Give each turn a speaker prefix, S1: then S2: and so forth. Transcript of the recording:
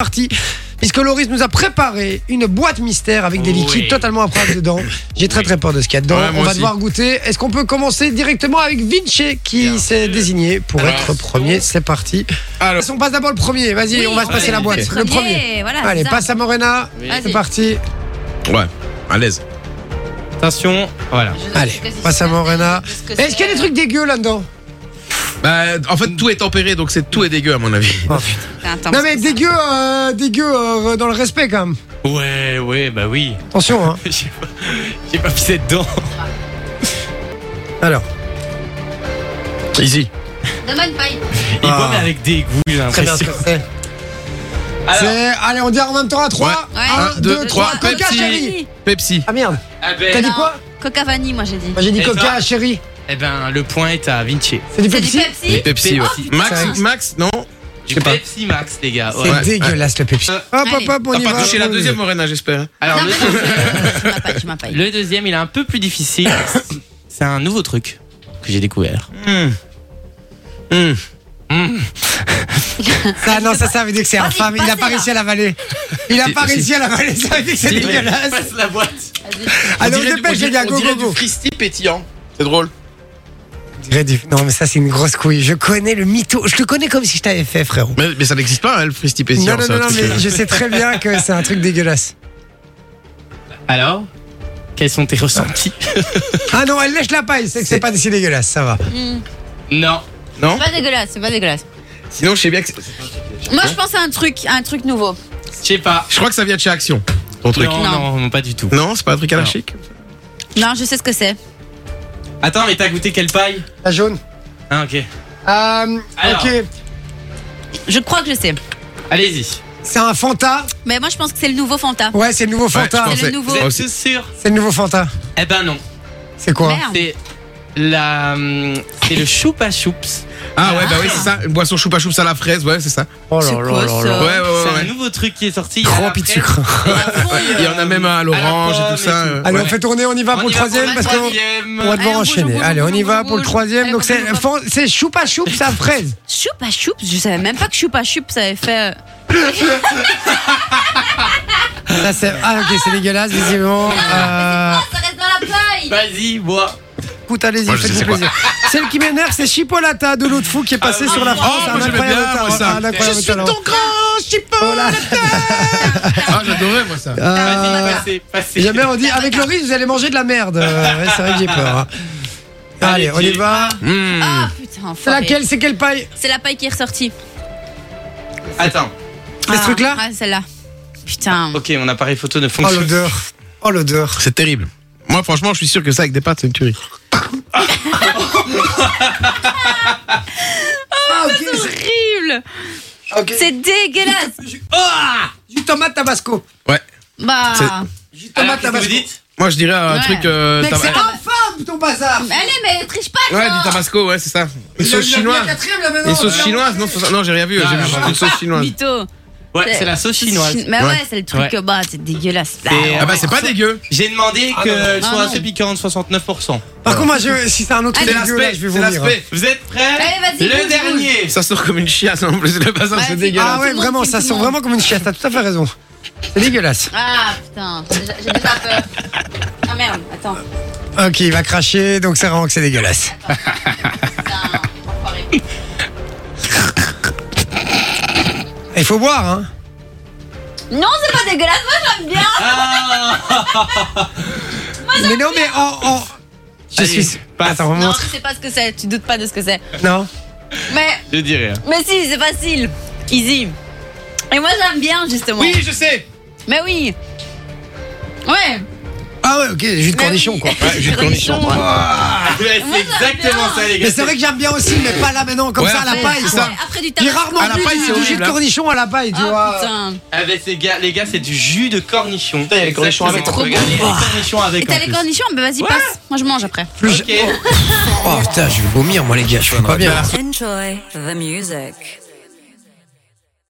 S1: parti puisque Loris nous a préparé une boîte mystère avec des liquides
S2: Oui.
S1: totalement improbables dedans. J'ai très très peur de ce qu'il y a dedans.
S2: Ouais, moi
S1: On va
S2: aussi.
S1: devoir goûter. Est-ce qu'on peut commencer directement avec Vinci qui
S2: Bien
S1: s'est
S2: sûr.
S1: désigné pour
S2: Alors.
S1: être premier C'est parti.
S2: Alors,
S1: On passe d'abord le premier. Vas-y,
S3: Oui,
S1: on va se
S3: on
S1: passer
S2: va
S1: la
S2: le
S1: boîte.
S3: faire
S1: Le
S3: premier,
S1: premier.
S3: voilà,
S1: Allez,
S3: c'est ça.
S1: passe à Morena. C'est
S3: Vas-y.
S1: parti.
S2: ouais, à l'aise.
S4: Attention, voilà.
S1: Allez, passe à Morena. Est-ce qu'il y a des trucs dégueux là-dedans
S2: Bah, en fait, tout est tempéré, donc c'est tout est dégueu à mon avis.
S1: Non mais dégueu, euh, dégueu euh, dans le respect quand même.
S4: Ouais, ouais, bah oui.
S1: Attention. Hein.
S4: J'ai pas, j'ai pas pissé dedans.
S1: Alors,
S2: Easy.
S3: Donne-moi une paille.
S4: Il
S1: Ah.
S4: boit mais avec dégoût, j'ai
S1: très bien.
S4: l'impression.
S1: c'est- C'est- Allez, on dit en même temps à 3.
S3: Ouais.
S1: 1, 2,
S2: Un, deux,
S1: 3.
S2: trois.
S1: Coca,
S2: Pepsi.
S1: chérie.
S2: Pepsi.
S1: Ah merde, t'as
S4: Alors,
S1: dit
S3: Non.
S1: quoi
S3: Coca vanille, moi j'ai dit.
S1: Moi j'ai dit
S4: Et
S1: Coca,
S4: toi
S1: chérie.
S4: eh ben, le point est à Vinci.
S1: C'est du
S3: C'est du
S1: Pepsi
S3: Pepsi
S2: Pepsi, Ah, ouais.
S4: Pepsi.
S2: Max, Max, non
S4: Du
S2: sais pas.
S4: Pepsi Max, les gars.
S1: C'est
S4: ouais.
S2: Ouais.
S1: dégueulasse le Pepsi.
S4: Euh,
S1: Hop, hop,
S3: allez.
S1: hop, on
S2: T'as
S1: y
S2: pas
S1: va.
S2: touché la deuxième, Morena, j'espère.
S4: Alors,
S3: Non,
S4: le,
S3: mais non, je- je m'appelle, je m'appelle.
S4: le deuxième, il est un peu plus difficile. C'est un nouveau truc que j'ai découvert.
S2: Hmm. Hmm.
S1: Ça, non, ça, ça veut dire que c'est
S3: Vas-y,
S1: infâme. Il a pas
S3: passez-la.
S1: réussi à l'avaler. Il a
S2: Si,
S1: pas
S2: si.
S1: réussi à l'avaler. Ça veut dire que c'est
S4: Dis,
S1: dégueulasse.
S4: Passe la boîte.
S1: Allez, on
S2: dirait
S1: se
S2: du-
S1: dépêche,
S2: dirait-
S1: les gars.
S2: on
S1: Go,
S2: dirait
S1: go,
S2: du
S1: go.
S2: Fristy pétillant. C'est drôle.
S1: Non, mais ça, c'est une grosse couille. Je connais le mytho. Je le connais comme si je t'avais fait, frérot.
S2: Mais, mais ça n'existe pas, hein, le Fristy pétillant.
S1: Non, non,
S2: c'est
S1: non,
S2: un
S1: non,
S2: truc, euh,
S1: mais je sais très bien que c'est un truc dégueulasse.
S4: Alors, quels sont tes ressentis
S1: Ah non, elle lèche la paille. C'est que c'est
S2: C'est-
S1: pas si dégueulasse, ça va.
S3: Hmm.
S4: Non.
S2: euh, Non
S3: C'est pas dégueulasse, c'est pas dégueulasse.
S2: Sinon, je sais bien que. c'est-
S3: Moi je pense à un truc, à un truc nouveau.
S4: Je sais pas.
S2: Je crois que ça vient de chez Action, ton truc.
S4: Non,
S3: Non.
S4: non, non, pas du tout.
S2: Non, c'est pas un truc à la
S4: Non.
S2: chic
S3: Non, je sais ce que c'est.
S4: Attends, mais t'as goûté quelle paille
S1: La jaune.
S4: Ah, ok.
S1: Euh,
S4: Alors.
S1: ok.
S3: Je crois que je sais.
S4: Allez-y.
S1: C'est un Fanta.
S3: Mais moi je pense que c'est le nouveau Fanta.
S1: Ouais, c'est le nouveau Fanta.
S2: je pense.
S3: C'est
S2: c'est-
S3: le nouveau.
S2: Moi
S4: Vous
S2: aussi.
S4: êtes sûr
S1: C'est le nouveau Fanta.
S4: Eh ben non.
S1: C'est quoi
S3: Merde.
S4: C'est la. hum, C'est le choupa choups.
S2: Ah ouais, bah oui, c'est ça. Une boisson choupa choups à la fraise, ouais, c'est ça.
S1: Oh
S3: C'est quoi, ça
S2: Ouais, ouais, ouais.
S4: C'est un
S2: ouais.
S4: nouveau truc qui est sorti.
S1: Grand pis de sucre.
S2: Il y en a même un à l'orange et tout ça. euh.
S1: Allez,
S4: Ouais.
S1: on fait tourner, on y va pour le troisième parce qu'on on va
S4: que.
S1: devoir
S3: Allez, on bouge, on
S1: enchaîner.
S3: bouge,
S1: Allez,
S3: on
S1: on y
S3: bouge, on
S1: va pour
S3: bouge.
S1: le troisième.
S3: Allez,
S1: Donc
S3: on
S1: c'est
S3: bouge, on bouge.
S1: fon- c'est choupa choup, ça fraise.
S3: Choupa choups, je savais même pas que choupa choups ça avait fait. euh,
S1: Ça, c'est- ah ok, c'est dégueulasse visiblement. Euh,
S3: Ah, ça reste dans la paille.
S4: Vas-y, bois.
S1: Écoute, allez-y,
S2: Moi, je sais
S1: faites-vous
S2: c'est quoi.
S1: plaisir. Celle qui m'énerve, c'est Chipolata de l'eau de fou qui est passée
S4: Ah,
S1: sur la
S4: oh,
S1: France.
S2: moi,
S1: Un
S2: j'aimais
S1: incroyable
S2: bien,
S1: talent,
S2: moi, ça.
S1: un incroyable talent.
S2: grand
S1: Oh là.
S2: Ah, j'adorais moi ça.
S1: Euh,
S4: Vas-y, passez, passez.
S1: J'aime bien, on dit avec le riz, vous allez manger de la merde. Euh, ouais, c'est vrai que j'ai peur. hein. Allez,
S4: Allez,
S1: on y
S4: Jay.
S1: va.
S2: Hmm.
S3: Ah putain,
S1: C'est
S3: enfoiré.
S1: laquelle C'est quelle paille
S3: C'est la paille qui est ressortie.
S4: Attends.
S1: C'est ce truc-là
S3: Ah, celle-là. Putain.
S4: Ok, mon appareil photo ne
S1: Oh
S4: fonctionne pas.
S1: l'odeur. Oh l'odeur.
S2: C'est terrible. Moi, franchement, je suis sûr que ça, avec des pâtes, c'est une tuerie.
S1: Ah, ok,
S3: Horrible.
S1: c'est- ok.
S3: C'est dégueulasse.
S1: Ah Du tomate tabasco.
S2: Ouais.
S3: Bah.
S1: Du
S4: Alors,
S1: tomate
S4: qu'est-ce que vous
S1: tabasco.
S4: dites
S2: Moi, je dirais un
S3: Ouais.
S2: truc. euh,
S1: Mec,
S2: taba-
S1: c'est
S3: Ah,
S1: infâme ton bazar.
S3: Mais Allez, mais triche pas,
S2: Ouais,
S3: toi.
S2: du tabasco, ouais, c'est ça. Une
S1: Il y a-
S2: sauce
S1: il y a- il y a
S2: chinoise.
S1: quatrième, là, maintenant.
S2: Une sauce
S1: Alors,
S2: chinoise Non, c'est ça- non j'ai rien vu.
S4: Ah,
S2: J'ai
S4: là,
S2: vu juste
S4: voilà.
S2: une sauce chinoise.
S3: Mytho.
S4: Ouais, c'est la sauce chinoise.
S3: Mais ouais,
S2: Ouais.
S3: c'est le truc. euh, Bah, c'est dégueulasse. Bah,
S4: Et-
S2: Ah bah, c'est pas dégueu.
S4: J'ai demandé qu'elle
S3: Ah,
S4: soit
S3: non.
S4: assez piquante, 69%.
S1: Par contre, moi, je, si c'est un autre
S3: Allez.
S2: C'est
S1: dégueu, là,
S2: l'aspect.
S1: je vais
S2: C'est
S1: vomir. hein. Ah
S2: l'aspect.
S4: Vous êtes prêts
S3: Allez, vas-y, bouge,
S4: Le
S3: bouge.
S4: dernier.
S2: Ça sort comme une chiasse en plus. Le bazar,
S3: Ouais,
S2: c'est
S3: c'est
S2: dégueulasse.
S1: Ah ouais,
S3: Tout le monde,
S1: vraiment,
S3: tout
S1: ça
S3: le
S1: sent
S3: monde.
S1: vraiment comme une chiasse. T'as tout à fait raison. C'est dégueulasse.
S3: Ah putain, j'ai déjà- j'ai déjà peur. Ah merde, attends.
S1: Ok, il va cracher, donc c'est vraiment que c'est dégueulasse.
S3: Putain, enfoiré.
S1: Il faut boire, hein.
S3: Non, c'est pas dégueulasse, moi j'aime bien.
S4: Ah
S3: Ah,
S1: Mais non, mais en. en... Je
S4: Allez,
S1: suis.
S4: passe.
S1: Attends, on
S3: Non,
S1: montre.
S3: tu sais pas ce que c'est, tu doutes pas de ce que c'est.
S1: Non.
S3: Mais,
S4: Je dirais.
S3: mais si, c'est facile. Easy. Et moi j'aime bien justement.
S2: Oui, je sais.
S3: Mais oui. Ouais.
S1: Ah ouais, ok, jus de
S3: mais
S1: cornichon,
S3: oui.
S1: quoi.
S2: Ouais, jus de cornichon.
S4: Ah, Ouais,
S3: Moi,
S4: c'est
S3: j'aime
S4: exactement
S3: bien.
S4: ça, les gars.
S1: Mais c'est vrai que j'aime bien aussi, mais pas là maintenant, comme
S2: Ouais,
S1: ça à la
S3: Ouais,
S1: paille,
S3: ouais,
S1: quoi.
S3: Après du
S1: J'ai
S3: tabasco.
S1: rarement
S2: À la
S1: bu
S2: paille,
S1: du-
S2: c'est
S1: du jus
S2: horrible,
S1: de
S2: hein.
S1: cornichon à la paille, tu
S3: Ah
S1: vois.
S3: putain.
S4: Ah bah, c'est gars, les gars, c'est du jus de cornichon.
S2: il y a les cornichons
S4: Exactement.
S3: avec. C'est trop
S4: Regardez, il y a les cornichons avec.
S3: Et t'as
S4: en
S3: les
S4: plus.
S3: cornichons Bah vas-y,
S4: Ouais.
S3: passe. Moi je mange après.
S1: Plus je-
S4: Ok.
S1: Oh putain, je vais vomir, moi, les gars, je suis pas bien.
S5: Enjoy the music.